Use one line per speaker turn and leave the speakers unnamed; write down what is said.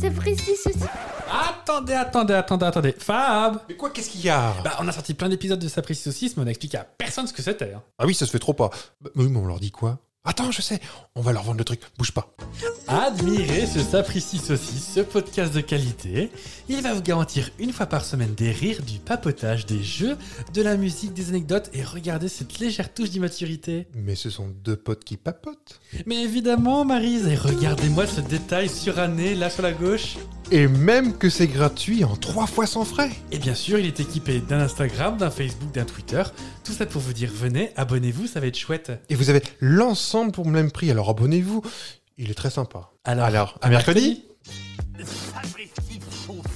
sapristi, ceci.
Attendez, attendez, attendez, attendez. Fab
Mais quoi, qu'est-ce qu'il y a
Bah, on a sorti plein d'épisodes de Sapristi Saucisse, mais on a expliqué à personne ce que c'était. hein.
Ah oui, ça se fait trop pas. Bah, oui, mais on leur dit quoi Attends, je sais, on va leur vendre le truc, bouge pas.
Admirez ce Sapristi Saucisse, ce podcast de qualité. Il va vous garantir une fois par semaine des rires, du papotage, des jeux, de la musique, des anecdotes et regardez cette légère touche d'immaturité.
Mais ce sont deux potes qui papotent.
Mais évidemment, Marise, et regardez-moi ce détail suranné là sur la gauche.
Et même que c'est gratuit en trois fois sans frais.
Et bien sûr, il est équipé d'un Instagram, d'un Facebook, d'un Twitter. Tout ça pour vous dire venez, abonnez-vous, ça va être chouette.
Et vous avez l'ensemble pour le même prix, alors abonnez-vous. Il est très sympa.
Alors,
Alors, à mercredi.
Sapristi de Saucisse.